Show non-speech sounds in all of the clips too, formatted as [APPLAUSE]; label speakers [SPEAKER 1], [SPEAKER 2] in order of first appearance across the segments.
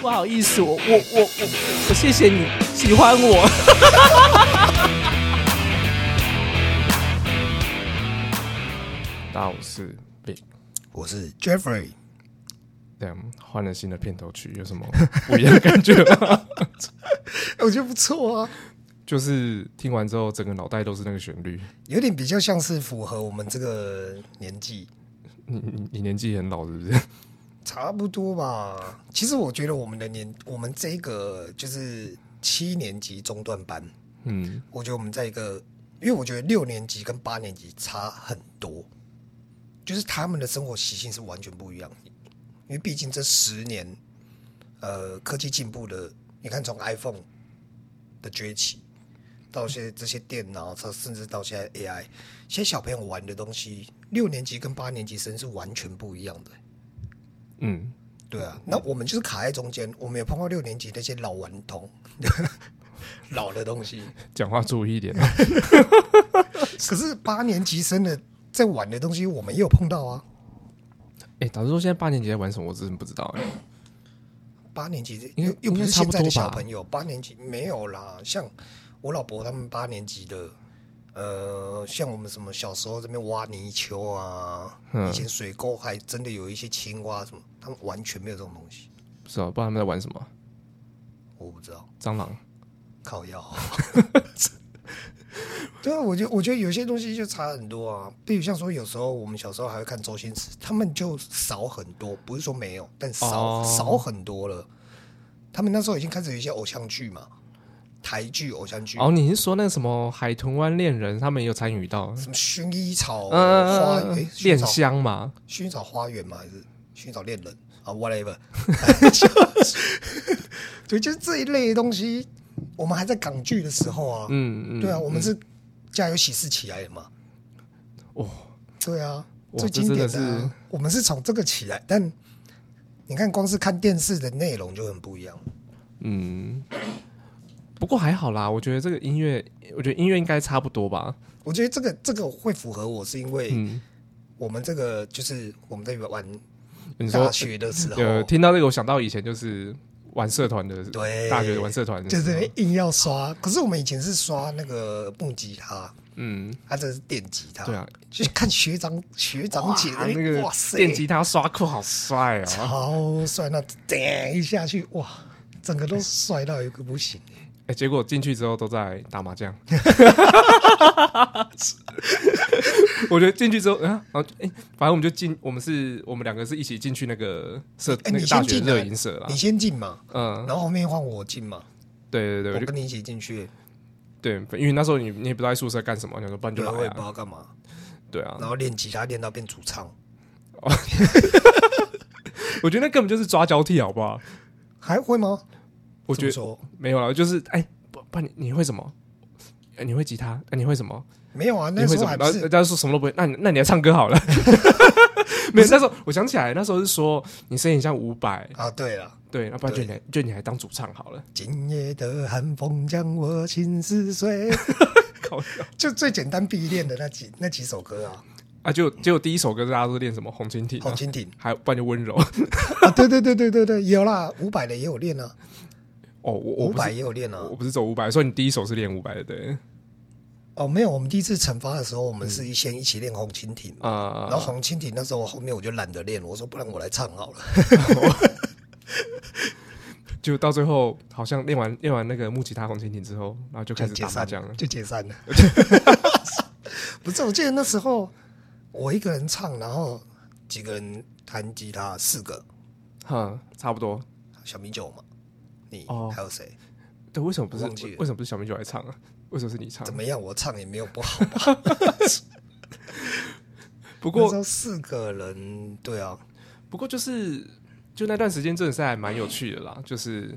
[SPEAKER 1] 不好意思，我我我我我谢谢你喜欢我。
[SPEAKER 2] 大家好，我是 Big，
[SPEAKER 3] 我是 Jeffrey，
[SPEAKER 2] 对，换了新的片头曲，有什么不一样的感觉吗？
[SPEAKER 3] 哎我觉得不错啊，
[SPEAKER 2] 就是听完之后，整个脑袋都是那个旋律。
[SPEAKER 3] 有点比较像是符合我们这个年纪，
[SPEAKER 2] [LAUGHS] 你你你年纪很老是不是？
[SPEAKER 3] 差不多吧。其实我觉得我们的年，我们这个就是七年级中段班，
[SPEAKER 2] 嗯，
[SPEAKER 3] 我觉得我们在一个，因为我觉得六年级跟八年级差很多，就是他们的生活习性是完全不一样的。因为毕竟这十年，呃，科技进步的，你看从 iPhone 的崛起，到现在这些电脑，它甚至到现在 AI，现在小朋友玩的东西，六年级跟八年级生是完全不一样的。
[SPEAKER 2] 嗯，
[SPEAKER 3] 对啊，那我们就是卡在中间，我们也碰到六年级那些老顽童， [LAUGHS] 老的东西。
[SPEAKER 2] 讲话注意一 [LAUGHS] 点。啊
[SPEAKER 3] 可是八年级生的在玩的东西，我们也有碰到啊。
[SPEAKER 2] 哎、老实说，现在八年级在玩什么，我真的不知道、哎，
[SPEAKER 3] 八年级
[SPEAKER 2] 应该
[SPEAKER 3] 又又不
[SPEAKER 2] 应该
[SPEAKER 3] 是
[SPEAKER 2] 差
[SPEAKER 3] 现
[SPEAKER 2] 不多吧
[SPEAKER 3] 在的小朋友，八年级没有啦。像我老婆他们八年级的，呃，像我们什么小时候这边挖泥鳅啊，
[SPEAKER 2] 嗯
[SPEAKER 3] 以前水沟还真的有一些青蛙什么，他们完全没有这种东西，
[SPEAKER 2] 不知道，不知道他们在玩什么。
[SPEAKER 3] 我不知道。
[SPEAKER 2] 蟑螂，
[SPEAKER 3] 靠药。 [LAUGHS] 对啊，我觉得我觉得有些东西就差很多啊，比如像说有时候我们小时候还会看周星驰，他们就少很多，不是说没有，但少、
[SPEAKER 2] 哦
[SPEAKER 3] 少很多了。他们那时候已经开始有一些偶像剧嘛，台剧、偶像剧，
[SPEAKER 2] 哦，你是说那个什么海豚湾恋人，他们也有参与到？
[SPEAKER 3] 什么薰衣草、花
[SPEAKER 2] 嗯，
[SPEAKER 3] 哦诶薰衣
[SPEAKER 2] 恋
[SPEAKER 3] 草
[SPEAKER 2] 香嘛，
[SPEAKER 3] 薰衣草花园嘛，还是薰衣草恋人啊，whatever，就就是这一类的东西，我们还在港剧的时候啊，
[SPEAKER 2] 嗯嗯，
[SPEAKER 3] 对啊，我们是家有喜事起来的嘛。
[SPEAKER 2] 哦，
[SPEAKER 3] 对啊，
[SPEAKER 2] 哇
[SPEAKER 3] 最
[SPEAKER 2] 这
[SPEAKER 3] 经
[SPEAKER 2] 真的
[SPEAKER 3] 典的
[SPEAKER 2] 是
[SPEAKER 3] 啊，我们是从这个起来，但你看，光是看电视的内容就很不一样。
[SPEAKER 2] 嗯，不过还好啦，我觉得这个音乐，我觉得音乐应该差不多吧。
[SPEAKER 3] 我觉得这个这个会符合我，是因为
[SPEAKER 2] 嗯，
[SPEAKER 3] 我们这个就是我们在玩
[SPEAKER 2] 嗯你说
[SPEAKER 3] 大学的哦时
[SPEAKER 2] 呃，
[SPEAKER 3] 候，
[SPEAKER 2] 听到这个，我想到以前就是玩社团的，
[SPEAKER 3] 对
[SPEAKER 2] 大学玩社团的时
[SPEAKER 3] 就
[SPEAKER 2] 候，
[SPEAKER 3] 是硬要刷，可是我们以前是刷那个木吉他，
[SPEAKER 2] 嗯，
[SPEAKER 3] 啊，这是电吉他，
[SPEAKER 2] 对啊，
[SPEAKER 3] 就是看学长学长姐
[SPEAKER 2] 啊那个
[SPEAKER 3] 哇塞，
[SPEAKER 2] 电吉他刷酷好帅
[SPEAKER 3] [LAUGHS]
[SPEAKER 2] 啊！
[SPEAKER 3] 超帅，那噔一下去，哇，整个都帅到一个不行。
[SPEAKER 2] 哎，结果进去之后都在打麻
[SPEAKER 3] [LAUGHS]
[SPEAKER 2] 将。我觉得进去之后，啊，然后哎，反正我们就进，我们是我们两个是一起进去那个社
[SPEAKER 3] 哎
[SPEAKER 2] 那
[SPEAKER 3] 你
[SPEAKER 2] 个
[SPEAKER 3] 先
[SPEAKER 2] 大学
[SPEAKER 3] 进来
[SPEAKER 2] 热影社啦
[SPEAKER 3] 你。先进嘛，
[SPEAKER 2] 嗯，
[SPEAKER 3] 然后后面换我进嘛，
[SPEAKER 2] 对对对，
[SPEAKER 3] 我
[SPEAKER 2] 我就
[SPEAKER 3] 跟你一起进去，
[SPEAKER 2] 对，因为那时候你你也不知道在宿舍干什么，想说不然就
[SPEAKER 3] 对，我
[SPEAKER 2] 来
[SPEAKER 3] 也不知
[SPEAKER 2] 啊，
[SPEAKER 3] 道干嘛，
[SPEAKER 2] 对啊
[SPEAKER 3] 然，后练吉他练到变主唱，
[SPEAKER 2] 我觉得那根本就是抓交替，好不好？
[SPEAKER 3] 还会吗？
[SPEAKER 2] 我觉
[SPEAKER 3] 这
[SPEAKER 2] 得
[SPEAKER 3] 么说
[SPEAKER 2] 没有啦，就是哎，不不然你你会什么？哎你会吉他？哎你会什么？
[SPEAKER 3] 没有啊，
[SPEAKER 2] 你
[SPEAKER 3] 那
[SPEAKER 2] 会
[SPEAKER 3] 时
[SPEAKER 2] 什
[SPEAKER 3] 候
[SPEAKER 2] 么？
[SPEAKER 3] 还
[SPEAKER 2] 然
[SPEAKER 3] 不
[SPEAKER 2] 后
[SPEAKER 3] 是
[SPEAKER 2] 人家说什么都不会，那你那你来唱歌好
[SPEAKER 3] [LAUGHS]
[SPEAKER 2] 了。没有，那时候我想起来，那时候是说你声音像伍佰，
[SPEAKER 3] 啊，对了，
[SPEAKER 2] 对，那不然就你来就你来当主唱好了。 [LAUGHS]
[SPEAKER 3] 今夜的寒风将我心
[SPEAKER 2] [LAUGHS]
[SPEAKER 3] 撕碎，
[SPEAKER 2] 靠腰
[SPEAKER 3] 就最简单必练的那几那几首歌啊，
[SPEAKER 2] 啊，就结果第一首歌大家都练什么红蜻蜓啊，
[SPEAKER 3] 红蜻蜓
[SPEAKER 2] 还有不然就温柔。 [LAUGHS]
[SPEAKER 3] 啊，对对对对对对，有啦，伍佰的也有练啊，
[SPEAKER 2] 哦，我我
[SPEAKER 3] 伍
[SPEAKER 2] 不
[SPEAKER 3] 佰
[SPEAKER 2] 是
[SPEAKER 3] 也有练啊
[SPEAKER 2] 我，不是走伍佰，所以你第一首是练伍佰的，对
[SPEAKER 3] 哦，没有，我们第一次惩罚的时候，我们是先一起练红蜻蜓嘛，
[SPEAKER 2] 啊
[SPEAKER 3] 然后红蜻蜓那时候我后面我就懒得练，我说不然我来唱好了。
[SPEAKER 2] 就到最后，好像练完练完那个木吉他红蜻蜓之后，然后就开
[SPEAKER 3] 就
[SPEAKER 2] 始
[SPEAKER 3] 解
[SPEAKER 2] 打麻
[SPEAKER 3] 散
[SPEAKER 2] 将了。
[SPEAKER 3] 就解散了。
[SPEAKER 2] [LAUGHS]
[SPEAKER 3] 不是，我记得那时候我一个人唱，然后几个人弹吉他，四个
[SPEAKER 2] 哈，差不多。
[SPEAKER 3] 小米酒嘛，你、
[SPEAKER 2] 哦
[SPEAKER 3] 还有谁？
[SPEAKER 2] 对，为什么不是
[SPEAKER 3] 我忘记了
[SPEAKER 2] 为什么不是小明九来唱啊？为什么是你唱
[SPEAKER 3] 怎？么样？我唱也没有不好吧。
[SPEAKER 2] 不
[SPEAKER 3] 那
[SPEAKER 2] 过
[SPEAKER 3] 时候四个人，对啊，
[SPEAKER 2] 不过就是就那段时间真的是还蛮有趣的啦，就是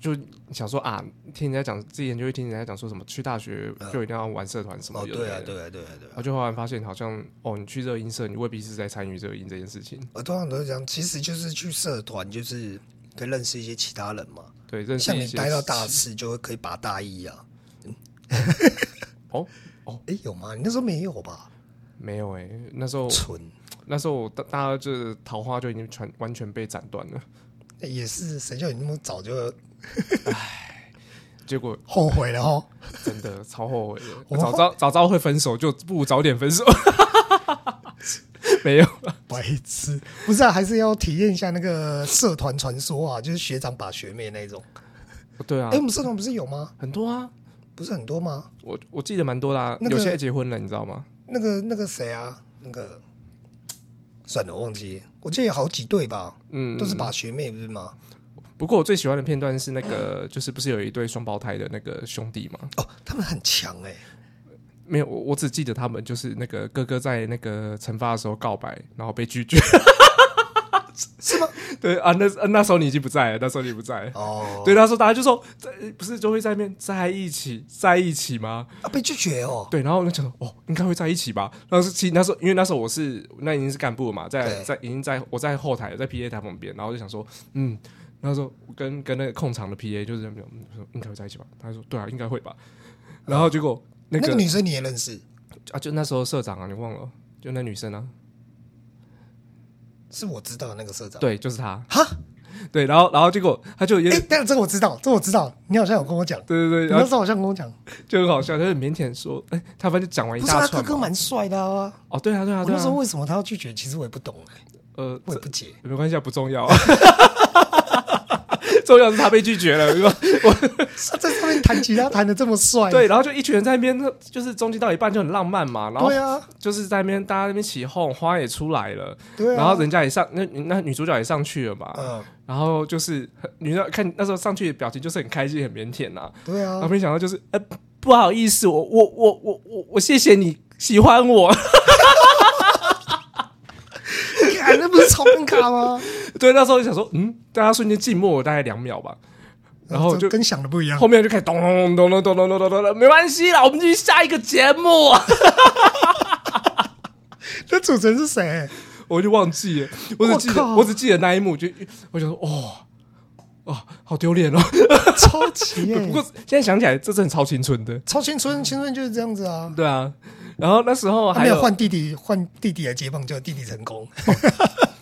[SPEAKER 2] 就想说啊，听人家讲之前就会听人家讲说什么去大学就一定要玩社团什么
[SPEAKER 3] 嗯哦，
[SPEAKER 2] 有
[SPEAKER 3] 对啊，
[SPEAKER 2] 的没的。
[SPEAKER 3] 对啊，对啊，对
[SPEAKER 2] 然
[SPEAKER 3] 啊。
[SPEAKER 2] 后就后来发现，好像哦，你去热音社，你未必是在参与热音这件事情。
[SPEAKER 3] 我通常都是这样，其实就是去社团，就是可以认识一些其他人嘛。
[SPEAKER 2] 对，认识
[SPEAKER 3] 像
[SPEAKER 2] 一
[SPEAKER 3] 你
[SPEAKER 2] 些
[SPEAKER 3] 待到大四，就会可以拔大一啊。
[SPEAKER 2] [LAUGHS] 哦，
[SPEAKER 3] 哎、有吗？你那时候没有吧？
[SPEAKER 2] 没有哎、
[SPEAKER 3] [LAUGHS]
[SPEAKER 2] 那时候
[SPEAKER 3] 纯
[SPEAKER 2] 那时候我大大家就是桃花就已经全完全被斩断了。
[SPEAKER 3] 哎也是谁叫你那么早就
[SPEAKER 2] 结果
[SPEAKER 3] 后悔了哦？ [LAUGHS]
[SPEAKER 2] 真的超后悔的，
[SPEAKER 3] 我
[SPEAKER 2] 早知道早知道会分手，就不如早点分手。 [LAUGHS] 没有，
[SPEAKER 3] 白痴，不是啊，还是要体验一下那个社团传说啊，就是学长把学妹那种。
[SPEAKER 2] 对啊
[SPEAKER 3] 哎、，我们社团不是有吗？
[SPEAKER 2] 很多啊，
[SPEAKER 3] 不是很多吗？
[SPEAKER 2] 我我记得蛮多啦，
[SPEAKER 3] 那个
[SPEAKER 2] 有些结婚了，你知道吗？
[SPEAKER 3] 那个那个谁啊，那个算了，我忘记，我记得有好几对吧，
[SPEAKER 2] 嗯，
[SPEAKER 3] 都是把学妹不是吗？
[SPEAKER 2] 不过我最喜欢的片段是那个，就是不是有一对双胞胎的那个兄弟吗？
[SPEAKER 3] 哦，他们很强哎、
[SPEAKER 2] 没有，我我只记得他们就是那个哥哥在那个惩罚的时候告白，然后被拒绝。
[SPEAKER 3] 是吗？
[SPEAKER 2] [LAUGHS] 对啊，那啊那时候你已经不在了，那时候你不在了。
[SPEAKER 3] 哦，
[SPEAKER 2] 对，那时候大家就说，在不是就会在面在一起，在一起吗？
[SPEAKER 3] 啊，被拒绝哦，
[SPEAKER 2] 对，然后我就想说，哦，应该会在一起吧。那是其实那时候，因为那时候我是那已经是干部了嘛，在
[SPEAKER 3] 对
[SPEAKER 2] 在已经在我在后台在 PA 台旁边，然后就想说，嗯，那时候跟跟那个控场的 PA 就是这样嗯说应该会在一起吧。他说对啊，应该会吧。然后结果那
[SPEAKER 3] 那
[SPEAKER 2] 个、
[SPEAKER 3] 个女生你也认识，
[SPEAKER 2] 啊，就那时候社长啊，你忘了，就那女生啊，
[SPEAKER 3] 是我知道的那个社长。，
[SPEAKER 2] 对，就是她。
[SPEAKER 3] 呃哈，
[SPEAKER 2] 对，然后然后结果他就有
[SPEAKER 3] 哎、
[SPEAKER 2] 点。
[SPEAKER 3] 但这个我知道，这个我知道，你好像有跟我讲，你
[SPEAKER 2] 对对对，然
[SPEAKER 3] 那
[SPEAKER 2] 后
[SPEAKER 3] 时候好像跟我讲，
[SPEAKER 2] 就很好笑，他就很腼腆说：“哎、他反正就讲完一
[SPEAKER 3] 不是啊
[SPEAKER 2] 大
[SPEAKER 3] 他哥
[SPEAKER 2] 串嘛。
[SPEAKER 3] 哥蛮帅的啊。
[SPEAKER 2] 哦，对啊，对啊，
[SPEAKER 3] 我
[SPEAKER 2] 对
[SPEAKER 3] 那
[SPEAKER 2] 啊
[SPEAKER 3] 时。候为什么他要拒绝，其实我也不懂、哎，
[SPEAKER 2] 呃，
[SPEAKER 3] 我也不解。
[SPEAKER 2] 没关系，啊，不重要、 [LAUGHS] 啊。重要是他被拒绝了。 [LAUGHS] 我
[SPEAKER 3] 他啊在上面弹吉他弹的这么帅，
[SPEAKER 2] 啊对，然后就一群人在那边，就是中间到一半就很浪漫嘛。然后
[SPEAKER 3] 对啊，
[SPEAKER 2] 就是在那边大家那边起哄，花也出来了，
[SPEAKER 3] 对啊，
[SPEAKER 2] 然后人家也上那那女主角也上去了嘛。
[SPEAKER 3] 嗯，
[SPEAKER 2] 然后就是很女主角看那时候上去的表情就是很开心、很腼腆呐、
[SPEAKER 3] 对
[SPEAKER 2] 然后
[SPEAKER 3] 啊，
[SPEAKER 2] 没想到就是，呃，不好意思，我我我我我我谢谢你喜欢我。 [LAUGHS]
[SPEAKER 3] 干哎那不是超尴尬吗？
[SPEAKER 2] 对，那时候就想说，嗯，大家瞬间静默了大概两秒吧， [LAUGHS] 然后就
[SPEAKER 3] 这跟想的不一样
[SPEAKER 2] 后。面就开始咚咚咚咚咚咚咚咚咚咚，没关系啦，我们继续下一个节目。
[SPEAKER 3] 那主持人是谁？
[SPEAKER 2] 我就忘记了，我只记
[SPEAKER 3] 我
[SPEAKER 2] 得
[SPEAKER 3] 靠
[SPEAKER 2] 我只记得那一幕，就我想说，哦。哦，好丢脸哦！
[SPEAKER 3] 超级耶、
[SPEAKER 2] [LAUGHS] 不过现在想起来，这真的超青春的，
[SPEAKER 3] 超青春，青春就是这样子啊。
[SPEAKER 2] 对啊。然后那时候
[SPEAKER 3] 他
[SPEAKER 2] 还
[SPEAKER 3] 没
[SPEAKER 2] 有
[SPEAKER 3] 有换弟弟，换弟弟来接棒，就弟弟成功。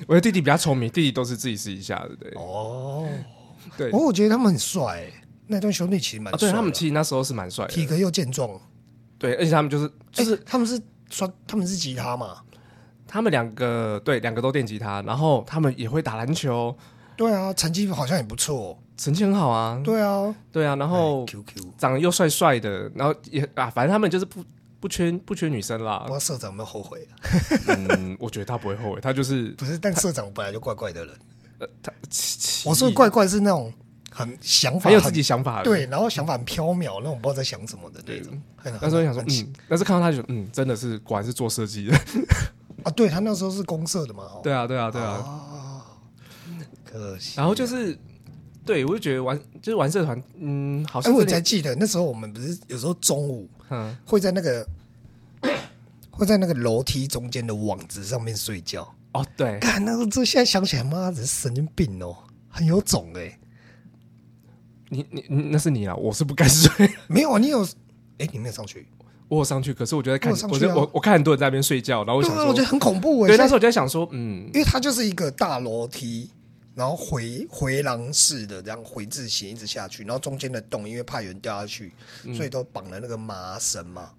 [SPEAKER 2] 我的弟弟比较聪明，弟弟都是自己试一下的，对
[SPEAKER 3] 哦，
[SPEAKER 2] 对
[SPEAKER 3] 哦，我觉得他们很帅、欸，那对兄弟其实蛮
[SPEAKER 2] 啊，
[SPEAKER 3] 帅、
[SPEAKER 2] 对
[SPEAKER 3] 的
[SPEAKER 2] 他们其实那时候是蛮帅
[SPEAKER 3] 体
[SPEAKER 2] 的，
[SPEAKER 3] 格又健壮，
[SPEAKER 2] 对，而且他们就是就
[SPEAKER 3] 就是、
[SPEAKER 2] 是
[SPEAKER 3] 他们是双，他们是吉他嘛？
[SPEAKER 2] 他们两个对两个都电吉他，然后他们也会打篮球，
[SPEAKER 3] 对啊，成绩好像也不错。
[SPEAKER 2] 成绩很好啊，
[SPEAKER 3] 对啊，
[SPEAKER 2] 对啊，然后
[SPEAKER 3] QQ，
[SPEAKER 2] 长得又帅帅的，然后也啊，反正他们就是不不缺不缺女生啦
[SPEAKER 3] 不知。道社长有没有后悔？啊
[SPEAKER 2] 嗯，我觉得他不会后悔，他就是呃
[SPEAKER 3] 不是，但社长本来就怪怪的人。
[SPEAKER 2] 奇奇
[SPEAKER 3] 我说怪怪是那种很想法
[SPEAKER 2] 很有自
[SPEAKER 3] 很
[SPEAKER 2] 己想法的。
[SPEAKER 3] 对，然后想法很飘渺，那种不知道在想什么的那种。很
[SPEAKER 2] 那时候想说，
[SPEAKER 3] 很奇
[SPEAKER 2] 嗯，但是看到他就觉得嗯，真的是果然是做设计的。
[SPEAKER 3] 啊，对他那时候是公社的嘛，哦，
[SPEAKER 2] 对啊，对啊，对啊。
[SPEAKER 3] 可惜。
[SPEAKER 2] 然后就是，对我就觉得玩就是玩社团，嗯，好
[SPEAKER 3] 哎，
[SPEAKER 2] 像
[SPEAKER 3] 我
[SPEAKER 2] 真
[SPEAKER 3] 才
[SPEAKER 2] 的
[SPEAKER 3] 记得那时候我们不是有时候中午 [COUGHS]
[SPEAKER 2] 嗯，
[SPEAKER 3] 会在那个会在那个楼梯中间的网子上面睡觉。
[SPEAKER 2] 哦，对，
[SPEAKER 3] 干，那个这现在想起来，妈的神经病哦，很有种哎、
[SPEAKER 2] 你你你那是你啊，我是不敢睡。
[SPEAKER 3] 没有啊，你有哎、你没有上去？
[SPEAKER 2] 我有上去，可是我就在看
[SPEAKER 3] 我有，上
[SPEAKER 2] 我
[SPEAKER 3] 去
[SPEAKER 2] 就
[SPEAKER 3] 啊
[SPEAKER 2] 我我看很多人在那边睡觉，然后我
[SPEAKER 3] 对
[SPEAKER 2] 想
[SPEAKER 3] 啊，我觉得
[SPEAKER 2] 说，
[SPEAKER 3] 很恐怖哎、
[SPEAKER 2] 对，那时
[SPEAKER 3] 候
[SPEAKER 2] 候我就在想说，嗯，
[SPEAKER 3] 因为它就是一个大楼梯。然后回回廊式的这样回字形一直下去，然后中间的洞因为怕有人掉下去，所以都绑了那个麻绳嘛，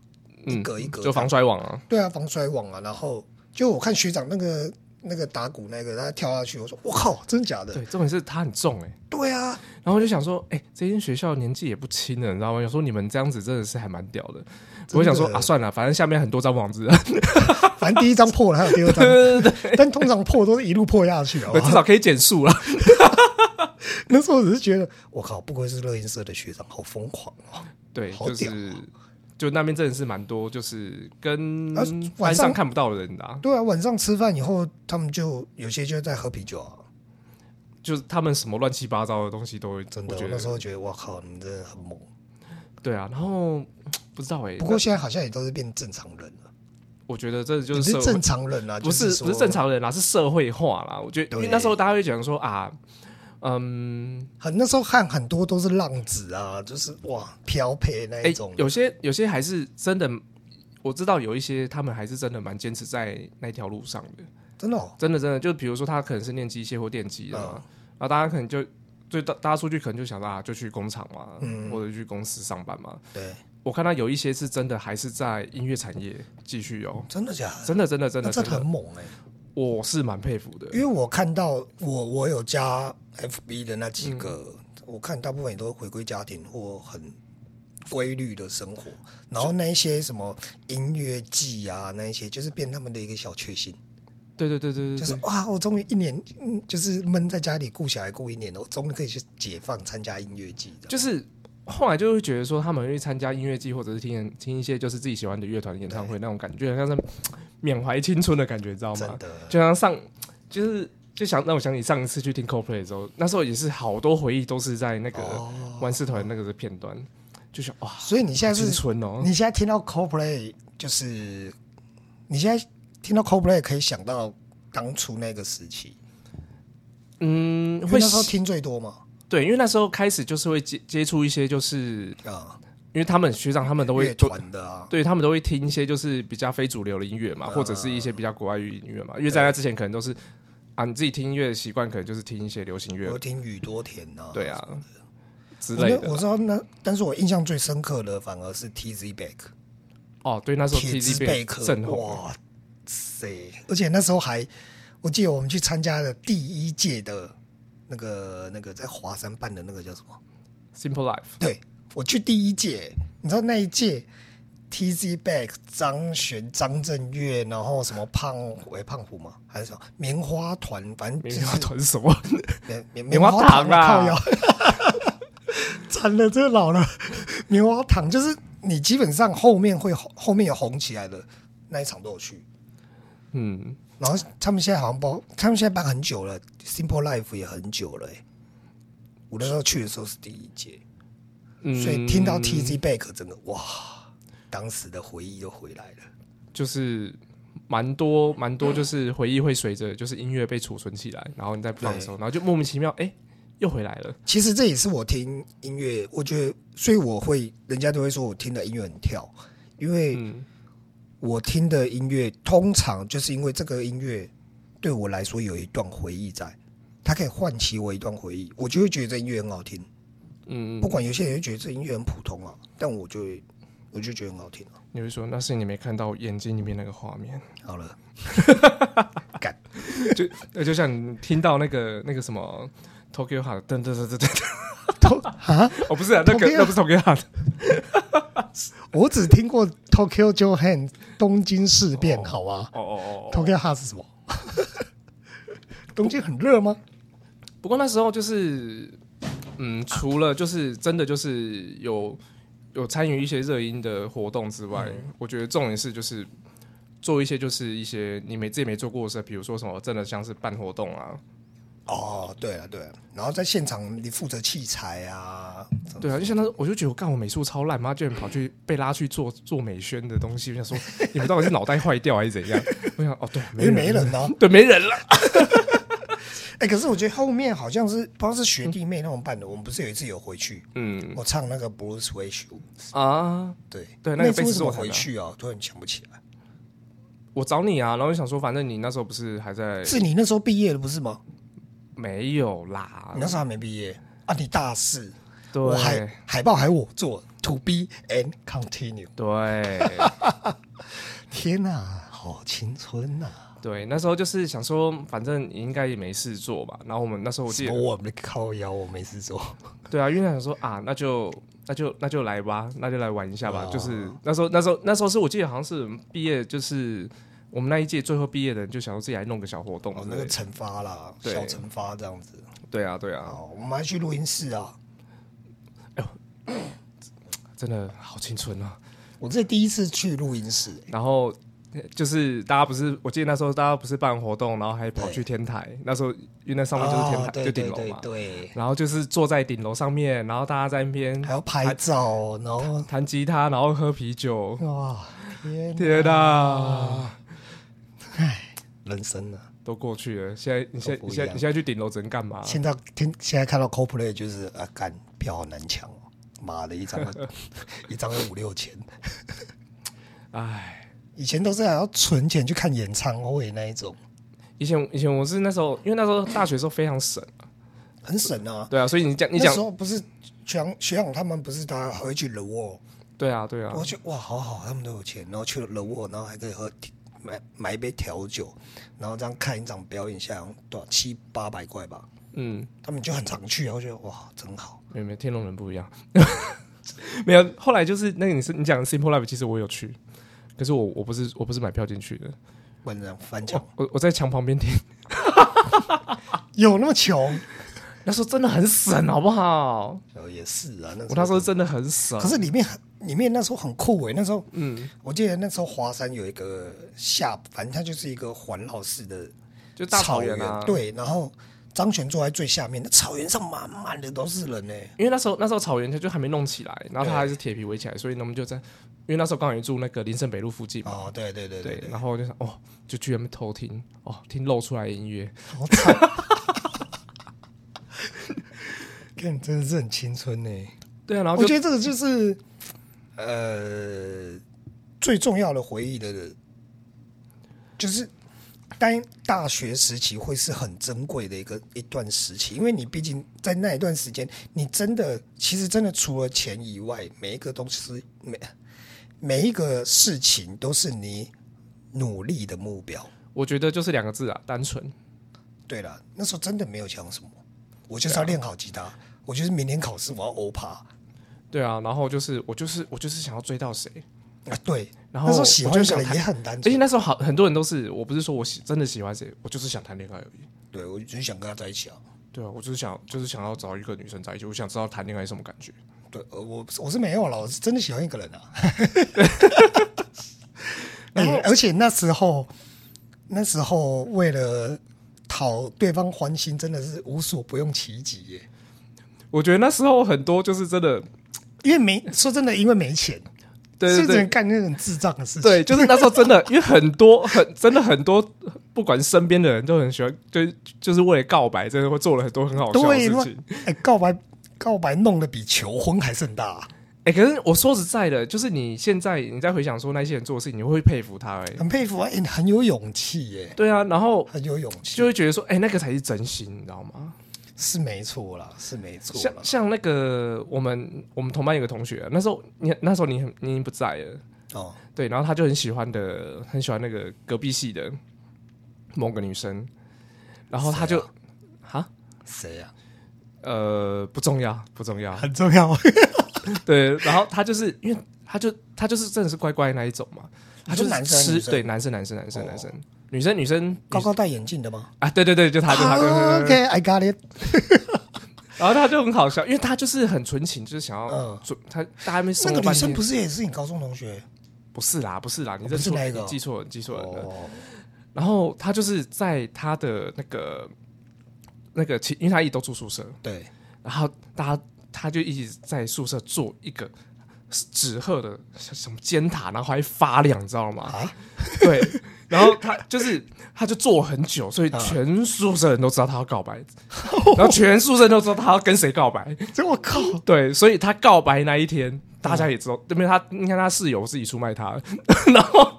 [SPEAKER 3] 一
[SPEAKER 2] 嗯
[SPEAKER 3] 格一格
[SPEAKER 2] 就
[SPEAKER 3] 这样
[SPEAKER 2] 防摔网啊，
[SPEAKER 3] 对啊，防摔网啊，然后就我看学长那个那个打鼓那个，他跳下去，我说我靠，真假的？
[SPEAKER 2] 对，重点是它很重哎。
[SPEAKER 3] 对啊，
[SPEAKER 2] 然后我就想说，哎、这间学校年纪也不轻了，你知道吗？有时候你们这样子真的是还蛮屌的。我就想说啊，算了，反正下面很多张网
[SPEAKER 3] [LAUGHS]
[SPEAKER 2] 子，
[SPEAKER 3] 反正第一张破了，还有第二
[SPEAKER 2] [LAUGHS]
[SPEAKER 3] 张，
[SPEAKER 2] 对对
[SPEAKER 3] 但通常破都是一路破下去，好不
[SPEAKER 2] 对，至
[SPEAKER 3] 好？
[SPEAKER 2] 少可以减速了。
[SPEAKER 3] [LAUGHS] 那时候我只是觉得，我靠，不愧是乐音社的学长，好疯狂哦！
[SPEAKER 2] 对，
[SPEAKER 3] 好
[SPEAKER 2] 就
[SPEAKER 3] 屌哦
[SPEAKER 2] 是就那边真的是蛮多，就是跟
[SPEAKER 3] 啊
[SPEAKER 2] 班
[SPEAKER 3] 晚
[SPEAKER 2] 上
[SPEAKER 3] 上
[SPEAKER 2] 看不到的人的、啊，
[SPEAKER 3] 对啊，晚上吃饭以后，他们就有些就在喝啤酒啊。
[SPEAKER 2] 就是他们什么乱七八糟的东西都会，
[SPEAKER 3] 真
[SPEAKER 2] 我
[SPEAKER 3] 的，
[SPEAKER 2] 觉
[SPEAKER 3] 我那时
[SPEAKER 2] 得
[SPEAKER 3] 候觉得，我靠，你们真的很猛。
[SPEAKER 2] 对啊。然后不知道哎、
[SPEAKER 3] 不过现在好像也都是变正常人了，
[SPEAKER 2] 我觉得这就
[SPEAKER 3] 也
[SPEAKER 2] 是社
[SPEAKER 3] 是
[SPEAKER 2] 会
[SPEAKER 3] 正常人啊，
[SPEAKER 2] 不是
[SPEAKER 3] 就
[SPEAKER 2] 不是正，常人啦，是社会化啦。我觉得因为
[SPEAKER 3] 对
[SPEAKER 2] 那时候大家会讲说啊，嗯，
[SPEAKER 3] 很那时候看很多都是浪子啊，就是哇漂配那
[SPEAKER 2] 哎、
[SPEAKER 3] 一种。
[SPEAKER 2] 有些有些还是真的，我知道有一些他们还是真的蛮坚持在那条路上的，
[SPEAKER 3] 真的、哦，嗯
[SPEAKER 2] 真的真的，就比如说他可能是念机械或电机的嘛，然后大家可能就最大大家出去可能就想到啊，就去工厂嘛，
[SPEAKER 3] 嗯
[SPEAKER 2] 或者去公司上班嘛。
[SPEAKER 3] 对，
[SPEAKER 2] 我看到有一些是真的还是在音乐产业继续哦，
[SPEAKER 3] 真的假的？
[SPEAKER 2] 真的真的真
[SPEAKER 3] 那
[SPEAKER 2] 的
[SPEAKER 3] 这
[SPEAKER 2] 真
[SPEAKER 3] 很
[SPEAKER 2] 的，
[SPEAKER 3] 猛哎、
[SPEAKER 2] 我是蛮佩服的
[SPEAKER 3] 因。为我看到我我有加 FB 的那几个，
[SPEAKER 2] 嗯
[SPEAKER 3] 我看大部分也都回归家庭或很规律的生活，然后那一些什么音乐季啊，那一些就是变他们的一个小确幸，
[SPEAKER 2] 对对对对
[SPEAKER 3] 就
[SPEAKER 2] 对
[SPEAKER 3] 是
[SPEAKER 2] 对，
[SPEAKER 3] 哇，我终于一年，嗯，就是闷在家里顾小孩顾一年了，我终于可以去解放参加音乐季的，
[SPEAKER 2] 就是后来就会觉得说，他们去参加音乐季或者是听听一些就是自己喜欢的乐团演唱会那种感觉，很像是缅怀青春的感觉，你知道吗
[SPEAKER 3] 真？的，
[SPEAKER 2] 就像上就是。就想让我想起上一次去听 CoPlay 的时候，那时候也是好多回忆都是在那个
[SPEAKER 3] 哦
[SPEAKER 2] 万事团那个的片段，就想哇，
[SPEAKER 3] 所以你现在
[SPEAKER 2] 青
[SPEAKER 3] 是
[SPEAKER 2] 春哦，
[SPEAKER 3] 你现在听到 CoPlay，就是你现在听到 CoPlay 可以想到当初那个时期，
[SPEAKER 2] 嗯，
[SPEAKER 3] 因
[SPEAKER 2] 会
[SPEAKER 3] 为那时候听最多嘛，
[SPEAKER 2] 对，因为那时候开始就是会接接触一些，就是
[SPEAKER 3] 啊。
[SPEAKER 2] 因为他们学长他们都
[SPEAKER 3] 乐
[SPEAKER 2] 会都
[SPEAKER 3] 团的啊，
[SPEAKER 2] 对他们都会听一些就是比较非主流的音乐
[SPEAKER 3] 嗯
[SPEAKER 2] 嘛，或者是一些比较国外音乐嘛。因为在那之前可能都是啊，你自己听音乐的习惯可能就是听一些流行乐
[SPEAKER 3] 我，听宇多田啊，
[SPEAKER 2] 对啊之
[SPEAKER 3] 我
[SPEAKER 2] 类
[SPEAKER 3] 那
[SPEAKER 2] 的
[SPEAKER 3] 我
[SPEAKER 2] 啦。
[SPEAKER 3] 知道那，但是我印象最深刻的反而是 TZ Back，
[SPEAKER 2] 哦，对，那时候
[SPEAKER 3] 铁
[SPEAKER 2] T
[SPEAKER 3] 之
[SPEAKER 2] Z
[SPEAKER 3] 贝
[SPEAKER 2] 变
[SPEAKER 3] 壳，
[SPEAKER 2] 正红，嗯
[SPEAKER 3] 哇塞！而且那时候还，我记得我们去参加了第一届的那个那个在华山办的那个叫什么？
[SPEAKER 2] Simple Life，
[SPEAKER 3] 对，我去第一届，你知道那一届 TZ Back、张悬、张震岳，然后什么胖虎诶胖虎吗？还是什么棉花团？反正就是
[SPEAKER 2] 棉花团是什么？
[SPEAKER 3] 棉棉
[SPEAKER 2] 棉花糖啦
[SPEAKER 3] 棉花糖啊靠腰， [LAUGHS] 惨了，这个老了，棉花糖就是你基本上后面会红后面有红起来的那一场都有去，
[SPEAKER 2] [LAUGHS] 嗯，
[SPEAKER 3] 然后他们现在好像包，他们现在办很久了，Simple Life 也很久了、欸，我那时候去的时候是第一届，
[SPEAKER 2] 嗯
[SPEAKER 3] 所以听到 TZ Back 真的哇，当时的回忆又回来了。
[SPEAKER 2] 就是蛮多蛮多，就是回忆会随着就是音乐被储存起来，然后你再放的时候，然后就莫名其妙哎、又回来了。
[SPEAKER 3] 其实这也是我听音乐，我觉得，所以我会，人家都会说我听的音乐很跳，因为
[SPEAKER 2] 嗯
[SPEAKER 3] 我听的音乐通常就是因为这个音乐对我来说有一段回忆在，它可以唤起我一段回忆，我就会觉得这音乐很好听。
[SPEAKER 2] 嗯，
[SPEAKER 3] 不管有些人会觉得这音乐很普通啊，但我就会我就觉得很好听啊。
[SPEAKER 2] 你会说那是你没看到眼睛里面那个画面，
[SPEAKER 3] 好了，
[SPEAKER 2] 就呃就像你听到那个那个什么 Tokyo Heart 噔噔噔噔噔， [LAUGHS]
[SPEAKER 3] 啊，
[SPEAKER 2] 哦不是、啊、那个
[SPEAKER 3] Tokyo
[SPEAKER 2] 那不是 Tokyo Heart，
[SPEAKER 3] [LAUGHS] 我只听过 Tokyo Johan 东京事变，好啊吧
[SPEAKER 2] 哦哦哦。
[SPEAKER 3] ？Tokyo h a 是什么？东京很热吗？
[SPEAKER 2] 不过那时候就是嗯，除了就是真的就是有有参与一些热音的活动之外，
[SPEAKER 3] 嗯
[SPEAKER 2] 我觉得重点是就是。做一些就是一些你没自己没做过的事，比如说什么真的像是办活动啊，
[SPEAKER 3] 哦，对了对了，然后在现场你负责器材啊，
[SPEAKER 2] 对啊，就像他，我就觉得我干我美术超烂，妈居然跑去被拉去做做美宣的东西，我想说你们到底是脑袋坏掉还是怎样？ [LAUGHS] 我想哦，对，
[SPEAKER 3] 因为没人啊。
[SPEAKER 2] 对，没人了。
[SPEAKER 3] 哎、可是我觉得后面好像是不知道是学弟妹那种办的，我们不是有一次有回去，
[SPEAKER 2] 嗯
[SPEAKER 3] 我唱那个 Bruce w i s h
[SPEAKER 2] 啊，
[SPEAKER 3] 对
[SPEAKER 2] 对那个
[SPEAKER 3] 那次
[SPEAKER 2] 贝斯
[SPEAKER 3] 为什么
[SPEAKER 2] 我弹的
[SPEAKER 3] 回去啊？突然想不起来，
[SPEAKER 2] 我找你啊，然后就想说，反正你那时候不是还在
[SPEAKER 3] 是你那时候毕业了不是吗？
[SPEAKER 2] 没有啦
[SPEAKER 3] 你？那时候还没毕业啊？你大四，我
[SPEAKER 2] 对
[SPEAKER 3] 海海报还我做，To be and continue，
[SPEAKER 2] 对
[SPEAKER 3] 天哪、好青春呐、
[SPEAKER 2] 对，那时候就是想说，反正你应该也没事做吧。然后我们那时候我记
[SPEAKER 3] 什么
[SPEAKER 2] 得，
[SPEAKER 3] 我没靠腰，我没事做，
[SPEAKER 2] 对啊，因为想说啊，那就那就那就来吧，那就来玩一下
[SPEAKER 3] 哦
[SPEAKER 2] 吧。就是那时候那时候那时候是我记得好像是毕业，就是我们那一届最后毕业的人就想说自己来弄个小活动
[SPEAKER 3] 哦，
[SPEAKER 2] 之
[SPEAKER 3] 那
[SPEAKER 2] 类
[SPEAKER 3] 个
[SPEAKER 2] 的。
[SPEAKER 3] 惩罚啦，
[SPEAKER 2] 对
[SPEAKER 3] 小惩罚这样子。
[SPEAKER 2] 对啊对啊，
[SPEAKER 3] 哦，我们还去录音室啊，
[SPEAKER 2] 真的好青春啊。
[SPEAKER 3] 我这第一次去录音室、
[SPEAKER 2] 然后呃就是大家不是，我记得那时候大家不是办活动，然后还跑去天台。那时候因为那上面就是天台，
[SPEAKER 3] 哦对
[SPEAKER 2] 就顶楼
[SPEAKER 3] 对
[SPEAKER 2] 嘛。
[SPEAKER 3] 对
[SPEAKER 2] 然后就是坐在顶楼上面，然后大家在那边
[SPEAKER 3] 对，还要拍照，然后
[SPEAKER 2] 弹吉他，然后喝啤酒。
[SPEAKER 3] 哇，天哪，
[SPEAKER 2] 天哪，
[SPEAKER 3] 人生啊！
[SPEAKER 2] 都过去了。现在你现在
[SPEAKER 3] 都不
[SPEAKER 2] 你
[SPEAKER 3] 一
[SPEAKER 2] 现
[SPEAKER 3] 样
[SPEAKER 2] 在你现在去顶楼只能干嘛？
[SPEAKER 3] 现在听现在看到 CoPlay 就是啊，干票好难抢哦，妈的，一张 [LAUGHS] 要一张要五六千，
[SPEAKER 2] 唉，
[SPEAKER 3] 以前都是还要存钱去看演唱会那一种，
[SPEAKER 2] [LAUGHS] 以前以前我是那时候，因为那时候大学的时候非常省，啊
[SPEAKER 3] 很省啊。
[SPEAKER 2] 对啊，所以你讲你
[SPEAKER 3] 那
[SPEAKER 2] 讲
[SPEAKER 3] 时，候不是学长学长他们不是他还会去 The Wall，
[SPEAKER 2] 对啊对啊，
[SPEAKER 3] 我觉得哇好好，他们都有钱，然后去了 The Wall，然后还可以喝买买一杯调酒，然后这样看一场表演下来好像多少七八百块吧，
[SPEAKER 2] 嗯，
[SPEAKER 3] 他们就很常去，然后觉得哇真好。
[SPEAKER 2] 没有没有，天龙人不一样。 [LAUGHS] 没有，后来就是那个你是你讲的 Simple Life，其实我有去，可是我我不是我不是买票进去的，
[SPEAKER 3] 不然这样翻墙
[SPEAKER 2] 我我在墙旁边听，
[SPEAKER 3] 有那么穷？
[SPEAKER 2] [LAUGHS] 那时候真的很省，好不好？
[SPEAKER 3] 哦，也是啊，那
[SPEAKER 2] 我那时候真的很省
[SPEAKER 3] 可，是里面很里面那时候很酷欸诶、那时候
[SPEAKER 2] 嗯，
[SPEAKER 3] 我记得那时候华山有一个下，反正它就是一个环绕式的
[SPEAKER 2] 就大草
[SPEAKER 3] 原
[SPEAKER 2] 原啊，，
[SPEAKER 3] 对，然后张悬坐在最下面，那草原上满满的都是人呢、欸
[SPEAKER 2] 因为那时候那时候草原它就还没弄起来，然后它还是铁皮围起来，所以呢我们就在，因为那时候刚好也住那个林森北路附近嘛，
[SPEAKER 3] 哦，对对对
[SPEAKER 2] 对
[SPEAKER 3] 对，，
[SPEAKER 2] 然后我就想哦，就去那边偷听，哦，听露出来的音乐，
[SPEAKER 3] 好惨。 [LAUGHS] 看，真的是很青春欸呢、
[SPEAKER 2] 对啊，然后
[SPEAKER 3] 我
[SPEAKER 2] 就
[SPEAKER 3] 觉得这个就是，呃，最重要的回忆的，就是当大学时期会是很珍贵的一个一段时期，因为你毕竟在那一段时间，你真的其实真的除了钱以外，每一个东西每每一个事情都是你努力的目标。
[SPEAKER 2] 我觉得就是两个字啊，单纯。
[SPEAKER 3] 对了，那时候真的没有想什么，我就是要
[SPEAKER 2] 啊
[SPEAKER 3] 练好吉他，我就是明天考试我要欧趴啊，
[SPEAKER 2] 对啊，然后就是我就是我就是想要追到谁，
[SPEAKER 3] 啊对，
[SPEAKER 2] 然后
[SPEAKER 3] 那时候喜
[SPEAKER 2] 我
[SPEAKER 3] 欢
[SPEAKER 2] 就
[SPEAKER 3] 的
[SPEAKER 2] 想
[SPEAKER 3] 人
[SPEAKER 2] 谈
[SPEAKER 3] 也很单
[SPEAKER 2] 而
[SPEAKER 3] 纯
[SPEAKER 2] 且。那时候好很多人都是，我不是说我喜真的喜欢谁，我就是想谈恋爱而已。
[SPEAKER 3] 对，我就是想跟他在一起啊。
[SPEAKER 2] 对啊，我就是想就是想要找一个女生在一起，我想知道谈恋爱是什么感觉。
[SPEAKER 3] 对，呃，我我是没有了，我是真的喜欢一个人啊。 [LAUGHS] 哎而且那时候，那时候为了讨对方欢心，真的是无所不用其极耶。
[SPEAKER 2] 我觉得那时候很多就是真的，
[SPEAKER 3] 因为没说真的，因为没钱，
[SPEAKER 2] [LAUGHS] 对对
[SPEAKER 3] 所以只能
[SPEAKER 2] 对
[SPEAKER 3] 干那种智障的事情。
[SPEAKER 2] 对，就是那时候真的，因为很多很真的很多，不管身边的人都很喜欢，就是就是为了告白，真的会做了很多很好笑的
[SPEAKER 3] 对，
[SPEAKER 2] 事
[SPEAKER 3] 那
[SPEAKER 2] 情。
[SPEAKER 3] 哎、告白告白弄得比求婚还盛大啊、
[SPEAKER 2] 哎、可是我说实在的，就是你现在你再回想说那些人做的事情，你会佩服他哎、
[SPEAKER 3] 很佩服啊、哎你很有勇气耶，
[SPEAKER 2] 对啊，然后
[SPEAKER 3] 很有勇气
[SPEAKER 2] 就，会觉得说，哎、那个才是真心，你知道吗？
[SPEAKER 3] 是没错啦，是没错
[SPEAKER 2] 像
[SPEAKER 3] 啦。
[SPEAKER 2] 像那个我们我们同班有个同学、那时候你那时候你很你已经不在了，
[SPEAKER 3] 哦，
[SPEAKER 2] 对，然后他就很喜欢的很喜欢那个隔壁系的某个女生，然后他就哈、
[SPEAKER 3] 谁啊？
[SPEAKER 2] 呃不重要不重 [LAUGHS] 要，
[SPEAKER 3] 很重要。
[SPEAKER 2] 对，然后他就是因为他就他就是真的是乖乖那一种嘛，他就
[SPEAKER 3] 你
[SPEAKER 2] 是
[SPEAKER 3] 说男生还是女
[SPEAKER 2] 吃
[SPEAKER 3] 生
[SPEAKER 2] 对男生男生男生
[SPEAKER 3] 哦
[SPEAKER 2] 男生女生女生
[SPEAKER 3] 高高戴眼镜的吗？
[SPEAKER 2] 啊对对对就他就他就他
[SPEAKER 3] o k I got it。
[SPEAKER 2] [LAUGHS] 然后他就很好笑，因为他就是很纯情，就是想要
[SPEAKER 3] 嗯
[SPEAKER 2] 准他大家没
[SPEAKER 3] 那
[SPEAKER 2] 生
[SPEAKER 3] 个
[SPEAKER 2] 活哦
[SPEAKER 3] 女
[SPEAKER 2] 半
[SPEAKER 3] 生
[SPEAKER 2] 天
[SPEAKER 3] 不。是也是你高中同学？
[SPEAKER 2] 不是啦，不是啦，你
[SPEAKER 3] 哦
[SPEAKER 2] 认
[SPEAKER 3] 不是
[SPEAKER 2] 错，
[SPEAKER 3] 那
[SPEAKER 2] 你
[SPEAKER 3] 个哦哦
[SPEAKER 2] 记错了，你记错了。然后他就是在他的那个那个寝，因为他一直都住宿舍，
[SPEAKER 3] 对，
[SPEAKER 2] 然后大家他就一直在宿舍做一个纸鹤的什么尖塔，然后还发亮，你知道吗？
[SPEAKER 3] 啊
[SPEAKER 2] 对，然后他就是他就做很久，所以
[SPEAKER 3] 啊
[SPEAKER 2] 全宿舍人都知道他要告
[SPEAKER 3] [LAUGHS]
[SPEAKER 2] 白，然后全宿舍人都知道他要跟谁告白。
[SPEAKER 3] 这我靠，
[SPEAKER 2] 对，所以他告白那一天，大家也知
[SPEAKER 3] 嗯
[SPEAKER 2] 道，因为他你看他室友自己出卖他， [LAUGHS] 然后。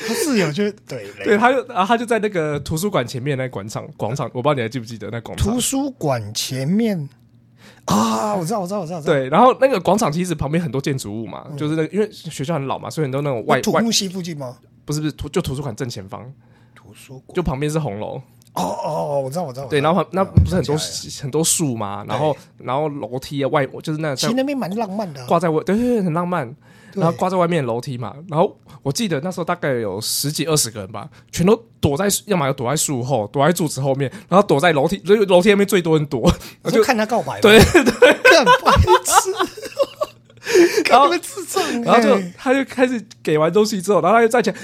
[SPEAKER 3] 他室友就对
[SPEAKER 2] 对，
[SPEAKER 3] 对，
[SPEAKER 2] 他就啊，他就在那个图书馆前面那广场广场，我不知道你还记不记得那广场
[SPEAKER 3] 图。书馆前面啊，我知道，我知道，我知道，我知道，
[SPEAKER 2] 对，然后那个广场其实旁边很多建筑物嘛，就是那个因为学校很老嘛，所以很多那种外
[SPEAKER 3] 嗯那土
[SPEAKER 2] 外
[SPEAKER 3] 木系附近吗？
[SPEAKER 2] 不是不是图就图书馆正前方，
[SPEAKER 3] 图书馆
[SPEAKER 2] 就旁边是红楼，
[SPEAKER 3] 哦哦哦，我知道，我知道，
[SPEAKER 2] 对，然
[SPEAKER 3] 后
[SPEAKER 2] 后旁那不是很多
[SPEAKER 3] 想起
[SPEAKER 2] 很多树嘛，然后然后楼梯啊外就是那
[SPEAKER 3] 其
[SPEAKER 2] 在
[SPEAKER 3] 实那边蛮浪漫的啊，
[SPEAKER 2] 挂在外对对对很浪漫，
[SPEAKER 3] 对
[SPEAKER 2] 然后挂在外面的楼梯嘛，然后我记得那时候大概有十几二十个人吧，全都躲在要么躲在树后，躲在柱子后面，然后躲在楼梯，所以楼梯那边最多人躲，
[SPEAKER 3] 我就看他告白嘛，
[SPEAKER 2] 对
[SPEAKER 3] 干白痴，
[SPEAKER 2] [LAUGHS] 然后
[SPEAKER 3] 看你们智障欸，
[SPEAKER 2] 然后就他就开始给完东西之后，然后他就站起来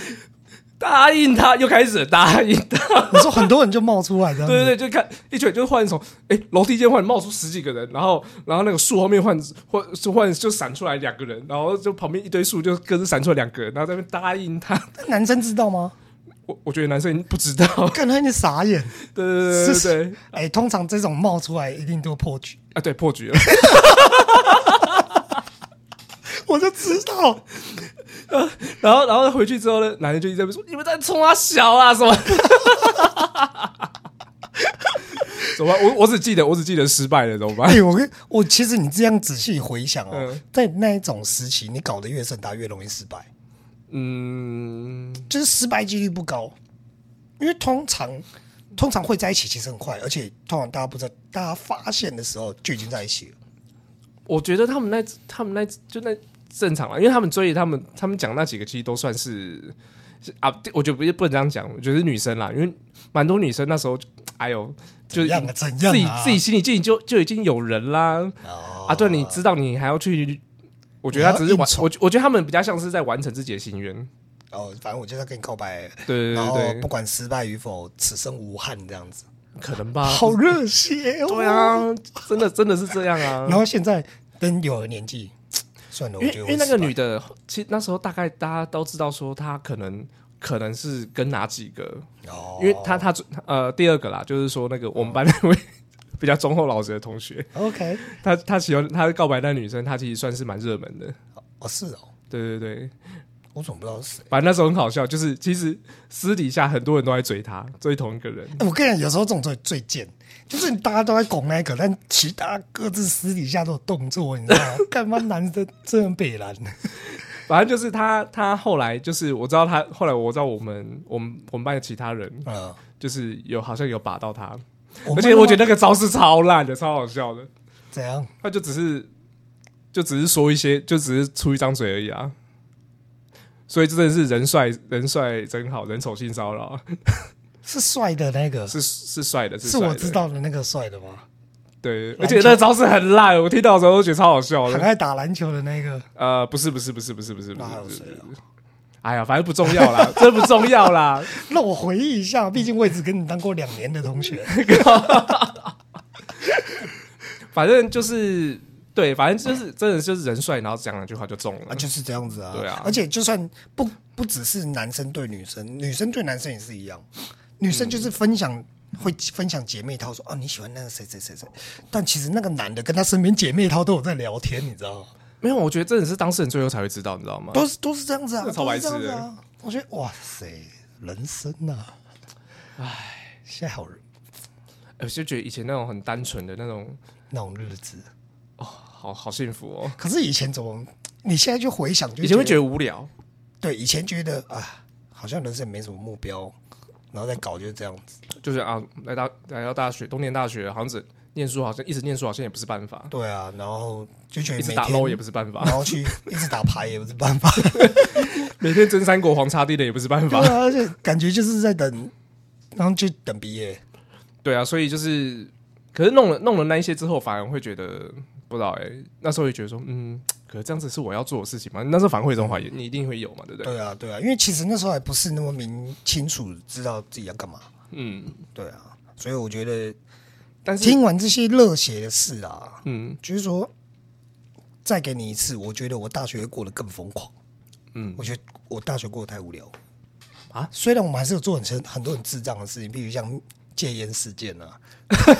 [SPEAKER 2] 答应他，又开始答应他，
[SPEAKER 3] 你说很多人就冒出来，对
[SPEAKER 2] [LAUGHS] 对对对，就看一拳就换从哎楼梯间换冒出十几个人，然后然后那个树后面换换就换就闪出来两个人，然后就旁边一堆树就各自闪出来两个人，然后在那边答应他。
[SPEAKER 3] 对，男生知道吗？
[SPEAKER 2] 我我觉得男生不知道，
[SPEAKER 3] 看他你傻眼，
[SPEAKER 1] [LAUGHS]
[SPEAKER 2] 对对对对对
[SPEAKER 3] 是， [LAUGHS] 哎，通常这种冒出来一定都破局，
[SPEAKER 2] 啊，对破局了。
[SPEAKER 3] 我就知道。
[SPEAKER 2] 然后然后回去之后呢，男人就一啊直在那边说你们在冲他小啊什么。 [LAUGHS] 怎么办？我我只记得我只记得失败了，怎么办
[SPEAKER 3] [LAUGHS] 哎、？我跟我其实你这样仔细回想哦，
[SPEAKER 2] 嗯
[SPEAKER 3] 在那一种时期，你搞得越盛大越容易失败，
[SPEAKER 2] 嗯，
[SPEAKER 3] 就是失败几率不高，因为通常通常会在一起其实很快，而且通常大家不知道，大家发现的时候就已经在一起了。
[SPEAKER 2] 我觉得他们那他们那就那正常了，因为他们追他们他们讲那几个其实都算是是啊，我觉得不是不能这样讲，我觉得是女生啦，因为蛮多女生那时候，哎呦，就是
[SPEAKER 3] 怎样啊？怎
[SPEAKER 2] 自己
[SPEAKER 3] 样啊？
[SPEAKER 2] 自己心里就已经就就已经有人啦
[SPEAKER 3] 哦
[SPEAKER 2] 啊！对，你知道你还要去，我觉得他只是完，我我觉得他们比较像是在完成自己的心愿，
[SPEAKER 3] 哦，反正我就是要跟你告白，
[SPEAKER 2] 对
[SPEAKER 3] 然
[SPEAKER 2] 对
[SPEAKER 3] 后
[SPEAKER 2] 对
[SPEAKER 3] 不
[SPEAKER 2] 对，
[SPEAKER 3] 管失败与否，此生无憾这样子，
[SPEAKER 2] 可能吧，
[SPEAKER 3] 好热血哦！
[SPEAKER 2] 啊对，啊，真的真的是这样啊
[SPEAKER 3] 然。后现在等有了年纪，算了，我
[SPEAKER 2] 因为
[SPEAKER 3] 觉得
[SPEAKER 2] 因为
[SPEAKER 3] 我
[SPEAKER 2] 那个
[SPEAKER 3] 失败
[SPEAKER 2] 女的，其实那时候大概大家都知道说她可能可能是跟哪几个，
[SPEAKER 3] 哦，
[SPEAKER 2] 因为她她她呃第二个啦，就是说那个我们班那位 [LAUGHS] 比较忠厚老实的同学，
[SPEAKER 3] OK，
[SPEAKER 2] 她她喜欢她告白那女生，她其实算是蛮热门的，
[SPEAKER 3] 哦是哦，
[SPEAKER 2] 对对对，
[SPEAKER 3] 我怎么不知道是谁？
[SPEAKER 2] 反正那时候很好笑，就是其实私底下很多人都在追她，追同一个人，
[SPEAKER 3] 哎我跟你讲，有时候这种最最贱，就是大家都在拱那个，但其实大家各自私底下都有动作，你知道 [LAUGHS] 吗？干嘛男生真的很北蓝？
[SPEAKER 2] 反正就是她她后来就是我知道她后来我知道我们我们我们班的其他人
[SPEAKER 3] 嗯，
[SPEAKER 2] 就是有好像有把到她，
[SPEAKER 3] 我
[SPEAKER 2] 而
[SPEAKER 3] 们
[SPEAKER 2] 且我觉得那个招式超烂的，超好笑的。
[SPEAKER 3] 怎样？
[SPEAKER 2] 他就只是就只是说一些，就只是出一张嘴而已啊。所以真的是人帅人帅真好，人丑性骚扰
[SPEAKER 3] 是帅的那个，
[SPEAKER 2] 是是帅的，
[SPEAKER 3] 是
[SPEAKER 2] 帅的
[SPEAKER 3] 我知道的那个帅的吗？
[SPEAKER 2] 对，
[SPEAKER 3] 球
[SPEAKER 2] 而且那个招式很烂，我听到的时候都觉得超好笑
[SPEAKER 3] 很 [LAUGHS]
[SPEAKER 2] 的。
[SPEAKER 3] 爱打篮球的那个，
[SPEAKER 2] 呃，不是不是不是不是不是不
[SPEAKER 3] 那还
[SPEAKER 2] 是
[SPEAKER 3] 有
[SPEAKER 2] 不是
[SPEAKER 3] 谁啊，
[SPEAKER 2] 哎呀，反正不重要啦， [LAUGHS] 真不重要啦。
[SPEAKER 3] 让我回忆一下，毕竟我也只跟你当过两年的同学。
[SPEAKER 2] 反正就是对，反正就是真的就是人帅，然后讲两句话就中
[SPEAKER 3] 啊，
[SPEAKER 2] 了。
[SPEAKER 3] 就是这样子啊。
[SPEAKER 2] 对啊
[SPEAKER 3] 而且就算不不只是男生对女生，女生对男生也是一样。女生
[SPEAKER 2] 嗯
[SPEAKER 3] 就是分享、会分享姐妹淘说，哦，你喜欢那个谁谁谁谁，但其实那个男的跟他身边姐妹淘都有在聊天，你知道吗？
[SPEAKER 2] 没有，我觉得真的是当事人最后才会知道，你知道吗？
[SPEAKER 3] 都是都是这样子啊，
[SPEAKER 2] 这超
[SPEAKER 3] 都是
[SPEAKER 2] 白
[SPEAKER 3] 这
[SPEAKER 2] 痴欸的
[SPEAKER 3] 样子啊。我觉得哇塞，人生呐、啊，唉，现在好
[SPEAKER 2] 哎我就觉得以前那种很单纯的那种，
[SPEAKER 3] 那种日子。
[SPEAKER 2] 好好幸福
[SPEAKER 3] [LAUGHS]
[SPEAKER 2] 哦。
[SPEAKER 3] 可是以前怎么？你现在就回想就，
[SPEAKER 2] 以前会觉
[SPEAKER 3] 得
[SPEAKER 2] 得无聊，
[SPEAKER 3] 对，以前觉得啊，好像人生没什么目标，然后再搞就是这样子。
[SPEAKER 2] 就是啊，来到来到大学，东念大学，好像只念书，好像一直念书，好像也不是办法，
[SPEAKER 3] 对啊，然后就觉得
[SPEAKER 2] 一直
[SPEAKER 3] 每
[SPEAKER 2] 打
[SPEAKER 3] 天
[SPEAKER 2] LO 也不是办法
[SPEAKER 3] 然，后去 [LAUGHS] 一直打牌也不是办法。
[SPEAKER 2] 每天争三国黄插地的也不是办
[SPEAKER 3] 对
[SPEAKER 2] 法，
[SPEAKER 3] [LAUGHS] 啊，而且感觉就是在等，然后就等毕业。
[SPEAKER 2] [LAUGHS] 对啊，所以就是，可是弄了弄了那一些之后，反而会觉得不知道哎、那时候也觉得说，嗯，可是这样子是我要做的事情吗？那时候反而会有这种怀疑，你一定会有嘛，对不对？
[SPEAKER 3] 对啊，对啊，因为其实那时候还不是那么明清楚知道自己要干嘛。
[SPEAKER 2] 嗯，
[SPEAKER 3] 对啊，所以我觉得
[SPEAKER 2] 但是
[SPEAKER 3] 听完这些热血的事啊，
[SPEAKER 2] 嗯
[SPEAKER 3] 就是说再给你一次，我觉得我大学会过得更疯狂。
[SPEAKER 2] 嗯
[SPEAKER 3] 我觉得我大学过得太无聊
[SPEAKER 2] 啊。
[SPEAKER 3] 虽然我们还是有做很多很多很智障的事情，譬如像戒烟事件啊，
[SPEAKER 2] 可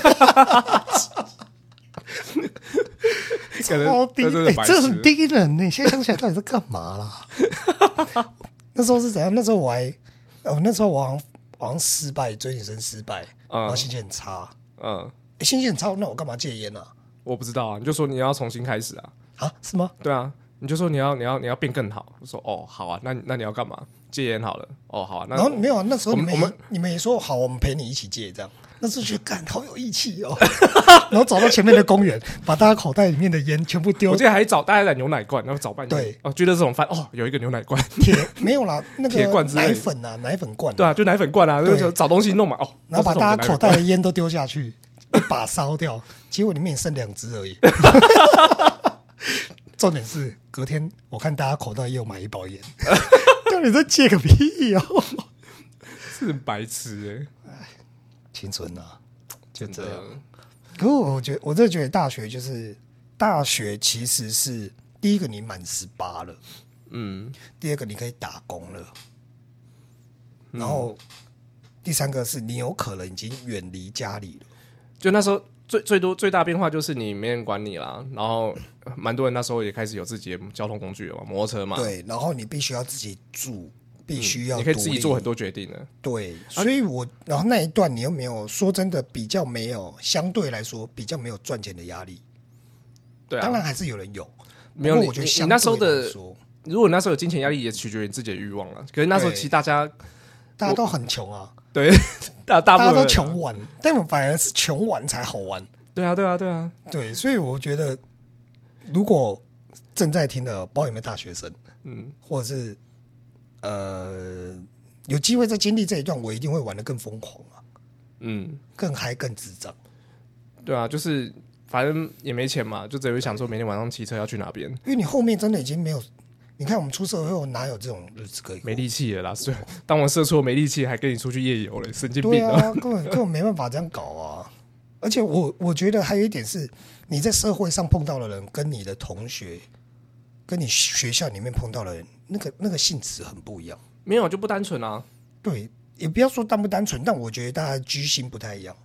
[SPEAKER 2] 能
[SPEAKER 3] 超低，
[SPEAKER 2] 那真的
[SPEAKER 3] 哎、
[SPEAKER 2] 白
[SPEAKER 3] 这很
[SPEAKER 2] 痴，
[SPEAKER 3] 低能呢、现在想起来到底在干嘛啦？
[SPEAKER 2] [LAUGHS]
[SPEAKER 3] 那时候是怎样？那时候我还，哦，那时候我好像好像失败，追女生失败，
[SPEAKER 2] 嗯
[SPEAKER 3] 然后心情很差，
[SPEAKER 2] 嗯，
[SPEAKER 3] 哎心情很差，那我干嘛戒烟啊？
[SPEAKER 2] 我不知道啊，你就说你要重新开始啊，
[SPEAKER 3] 啊，是吗？
[SPEAKER 2] 对啊，你就说你要你要你要变更好。我说哦，好啊，那你那你要干嘛？戒烟好了。哦，好啊，那
[SPEAKER 3] 然后没有啊，那时候
[SPEAKER 2] 我
[SPEAKER 3] 你
[SPEAKER 2] 们
[SPEAKER 3] 们
[SPEAKER 2] 我们
[SPEAKER 3] 也你们也说好，我们陪你一起戒这样。那时候觉得干好有义气
[SPEAKER 2] [LAUGHS]
[SPEAKER 3] 哦，然后走到前面的公园，把大家口袋里面的烟全部丢
[SPEAKER 2] 我记得还找大家在牛奶罐，然后找半天。
[SPEAKER 3] 对
[SPEAKER 2] 哦，觉得这种饭哦，有一个牛奶罐， [LAUGHS]
[SPEAKER 3] 铁，没有啦，那
[SPEAKER 2] 铁
[SPEAKER 3] 个
[SPEAKER 2] 罐之类的
[SPEAKER 3] 奶粉啊，奶粉罐、啊，
[SPEAKER 2] 对啊，就奶粉罐啊，
[SPEAKER 3] 对
[SPEAKER 2] 就找东西弄嘛。哦，
[SPEAKER 3] 然后把大
[SPEAKER 2] 都
[SPEAKER 3] 家
[SPEAKER 2] 是这种奶粉罐
[SPEAKER 3] 口袋的烟都丢下去，一把烧掉，结果里面也剩两只而已。 [LAUGHS] 重点是隔天我看大家口袋又买一包烟， [LAUGHS] 到底在借个屁 [LAUGHS] 哦！
[SPEAKER 2] 是白痴欸
[SPEAKER 3] 青春啊，就
[SPEAKER 2] 哎，
[SPEAKER 3] 这
[SPEAKER 2] 真
[SPEAKER 3] 样。
[SPEAKER 2] 的。
[SPEAKER 3] 可是我觉得，我真的觉得大学就是大学，其实是第一个你满十八了，
[SPEAKER 2] 嗯，
[SPEAKER 3] 第二个你可以打工了，然后
[SPEAKER 2] 嗯
[SPEAKER 3] 第三个是你有可能已经远离家里了。
[SPEAKER 2] 就那时候最最多最大变化就是你没人管你啦，然后呃蛮多人那时候也开始有自己的交通工具了嘛，摩托车嘛。嗯
[SPEAKER 3] 对，然后你必须要自己住，必须要
[SPEAKER 2] 你可以自己
[SPEAKER 3] 独立
[SPEAKER 2] 做很多决定的。
[SPEAKER 3] 对，所以我然后那一段你又没有说真的比较没有，相对来说比较没有赚钱的压力，
[SPEAKER 2] 对啊，
[SPEAKER 3] 当然还是有人有，
[SPEAKER 2] 没有
[SPEAKER 3] 不
[SPEAKER 2] 你
[SPEAKER 3] 过我觉得
[SPEAKER 2] 你
[SPEAKER 3] 相
[SPEAKER 2] 你那时候
[SPEAKER 3] 对来
[SPEAKER 2] 的
[SPEAKER 3] 说
[SPEAKER 2] 如果那时候有金钱压力，也取决于你自己的欲望了。可是那时候
[SPEAKER 3] 对
[SPEAKER 2] 其实大家
[SPEAKER 3] 大家都很穷啊，
[SPEAKER 2] 对 [LAUGHS] 大大部分
[SPEAKER 3] 大家都
[SPEAKER 2] 人
[SPEAKER 3] 穷玩，但我反而是穷玩才好玩。
[SPEAKER 2] 对啊，对啊，对啊，
[SPEAKER 3] 对，所以我觉得，如果正在听的，不知道有没有大学生，
[SPEAKER 2] 嗯，
[SPEAKER 3] 或者是呃有机会再经历这一段，我一定会玩的更疯狂啊，
[SPEAKER 2] 嗯，
[SPEAKER 3] 更嗨，更智障。
[SPEAKER 2] 对啊，就是反正也没钱嘛，就只有想说每天晚上骑车要去哪边，
[SPEAKER 3] 因为你后面真的已经没有，你看我们出社会后哪有这种日子可以过
[SPEAKER 2] 没力气了啦。所
[SPEAKER 3] [LAUGHS]
[SPEAKER 2] 以当我社畜没力气，还跟你出去夜游嘞，神经
[SPEAKER 3] 对
[SPEAKER 2] 病啊！
[SPEAKER 3] 啊，根本根本没办法这样搞啊！而且我我觉得还有一点是，你在社会上碰到的人，跟你的同学，跟你学校里面碰到的人，那个那个性质很不一样。
[SPEAKER 2] [LAUGHS] 没有就不单纯啊，
[SPEAKER 3] 对，也不要说单不单纯，但我觉得大家居心不太一样。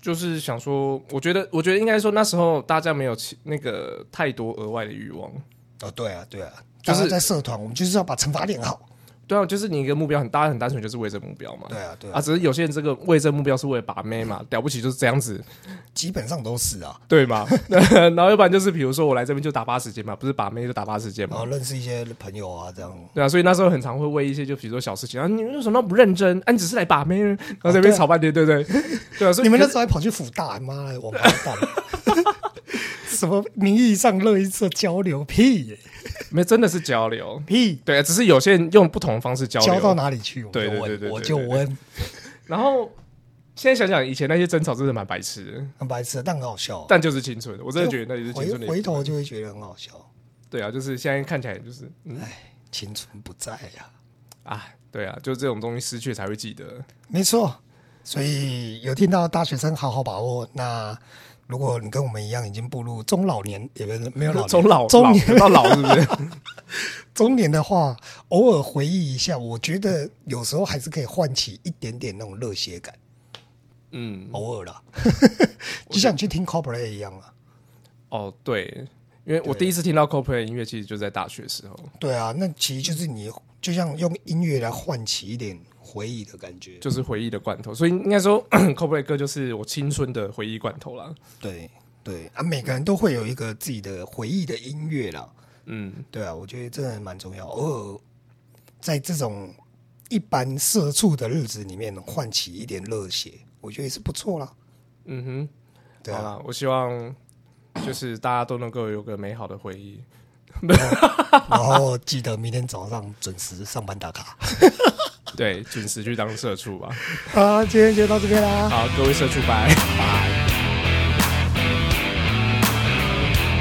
[SPEAKER 2] 就是想说，我觉得，我觉得应该说那时候大家没有其那个太多额外的欲望。
[SPEAKER 3] 哦，对啊，对啊，
[SPEAKER 2] 就
[SPEAKER 3] 就是是在社团，我们就是要把惩罚练好。
[SPEAKER 2] 对啊，就是你一个目标很大很单纯，就是为这目标嘛。
[SPEAKER 3] 对啊，对
[SPEAKER 2] 啊，
[SPEAKER 3] 啊，
[SPEAKER 2] 只是有些人这个为这目标是为了把妹嘛，了不起就是这样子，
[SPEAKER 3] 基本上都是啊。
[SPEAKER 2] 对吗？ [LAUGHS] 然后要不然就是比如说我来这边就打发时间嘛，不是把妹就打发时间
[SPEAKER 3] 然
[SPEAKER 2] 嘛
[SPEAKER 3] 后。认识一些朋友啊，这样。
[SPEAKER 2] 对啊，所以那时候很常会为一些就比如说小事情啊，你为什么不认真？啊，你只是来把妹呢，然后在那边吵半天，对不
[SPEAKER 3] [LAUGHS]
[SPEAKER 2] 对？对啊，所以
[SPEAKER 3] 哦啊你们那
[SPEAKER 2] 可
[SPEAKER 3] 时候还跑去辅大，妈的，王八蛋！什么名义上乐一次交流屁耶
[SPEAKER 2] 没真的是交流，
[SPEAKER 3] 屁！
[SPEAKER 2] 对啊，只是有些人用不同的方式交流。
[SPEAKER 3] 交到哪里去，我就
[SPEAKER 2] 对对对对
[SPEAKER 3] 问，
[SPEAKER 2] 对
[SPEAKER 3] 我就
[SPEAKER 2] 对
[SPEAKER 3] 问，
[SPEAKER 2] 然后现在想想，以前那些争吵真的蛮白痴的，
[SPEAKER 3] 很白痴，但很好笑。
[SPEAKER 2] 但就是青春，我真的觉得那里是青春的
[SPEAKER 3] 回
[SPEAKER 2] 一部
[SPEAKER 3] 回
[SPEAKER 2] 分。
[SPEAKER 3] 头哦就会觉得很好笑，
[SPEAKER 2] 对啊，就是现在看起来就是，嗯
[SPEAKER 3] 青春不在呀、
[SPEAKER 2] 啊，对啊，就这种东西失去了才会记得。
[SPEAKER 3] 没错。所以有听到大学生好好把握。那如果你跟我们一样已经步入中老年，也不是
[SPEAKER 2] [LAUGHS]
[SPEAKER 3] 没有老年，
[SPEAKER 2] 从老
[SPEAKER 3] 中
[SPEAKER 2] 老
[SPEAKER 3] 年
[SPEAKER 2] 到老是不
[SPEAKER 3] [LAUGHS]
[SPEAKER 2] 是？
[SPEAKER 3] 中年的话，偶尔回忆一下，我觉得有时候还是可以唤起一点点那种热血感，
[SPEAKER 2] 嗯，
[SPEAKER 3] 偶尔
[SPEAKER 2] [LAUGHS]
[SPEAKER 3] 啦，就像你去听 Coldplay 一样啊。
[SPEAKER 2] 哦对，因为我第一次听到 Coldplay 音乐，其实就在大学时候，
[SPEAKER 3] 对啊，那其实就是你就像用音乐来唤起一点回忆的感觉。
[SPEAKER 2] 就是回忆的罐头，所以应该说 [CLEARS THROAT] Coldplay 歌就是我青春的回忆罐头啦。
[SPEAKER 3] 对对啊，每个人都会有一个自己的回忆的音乐啦。
[SPEAKER 2] 嗯，
[SPEAKER 3] 对啊，我觉得真的蛮重要。偶尔在这种一般社畜的日子里面，唤起一点热血，我觉得也是不错啦。
[SPEAKER 2] 嗯
[SPEAKER 3] 对
[SPEAKER 2] 哼，好
[SPEAKER 3] 啊，
[SPEAKER 2] 啦，我希望就是大家都能够有个美好的回忆。
[SPEAKER 3] 然后记得明天早上准时上班打卡。
[SPEAKER 2] 对，准时去当社畜吧。
[SPEAKER 3] 好，今天就到这边啦，
[SPEAKER 2] 好，各位社畜，拜。
[SPEAKER 3] 拜。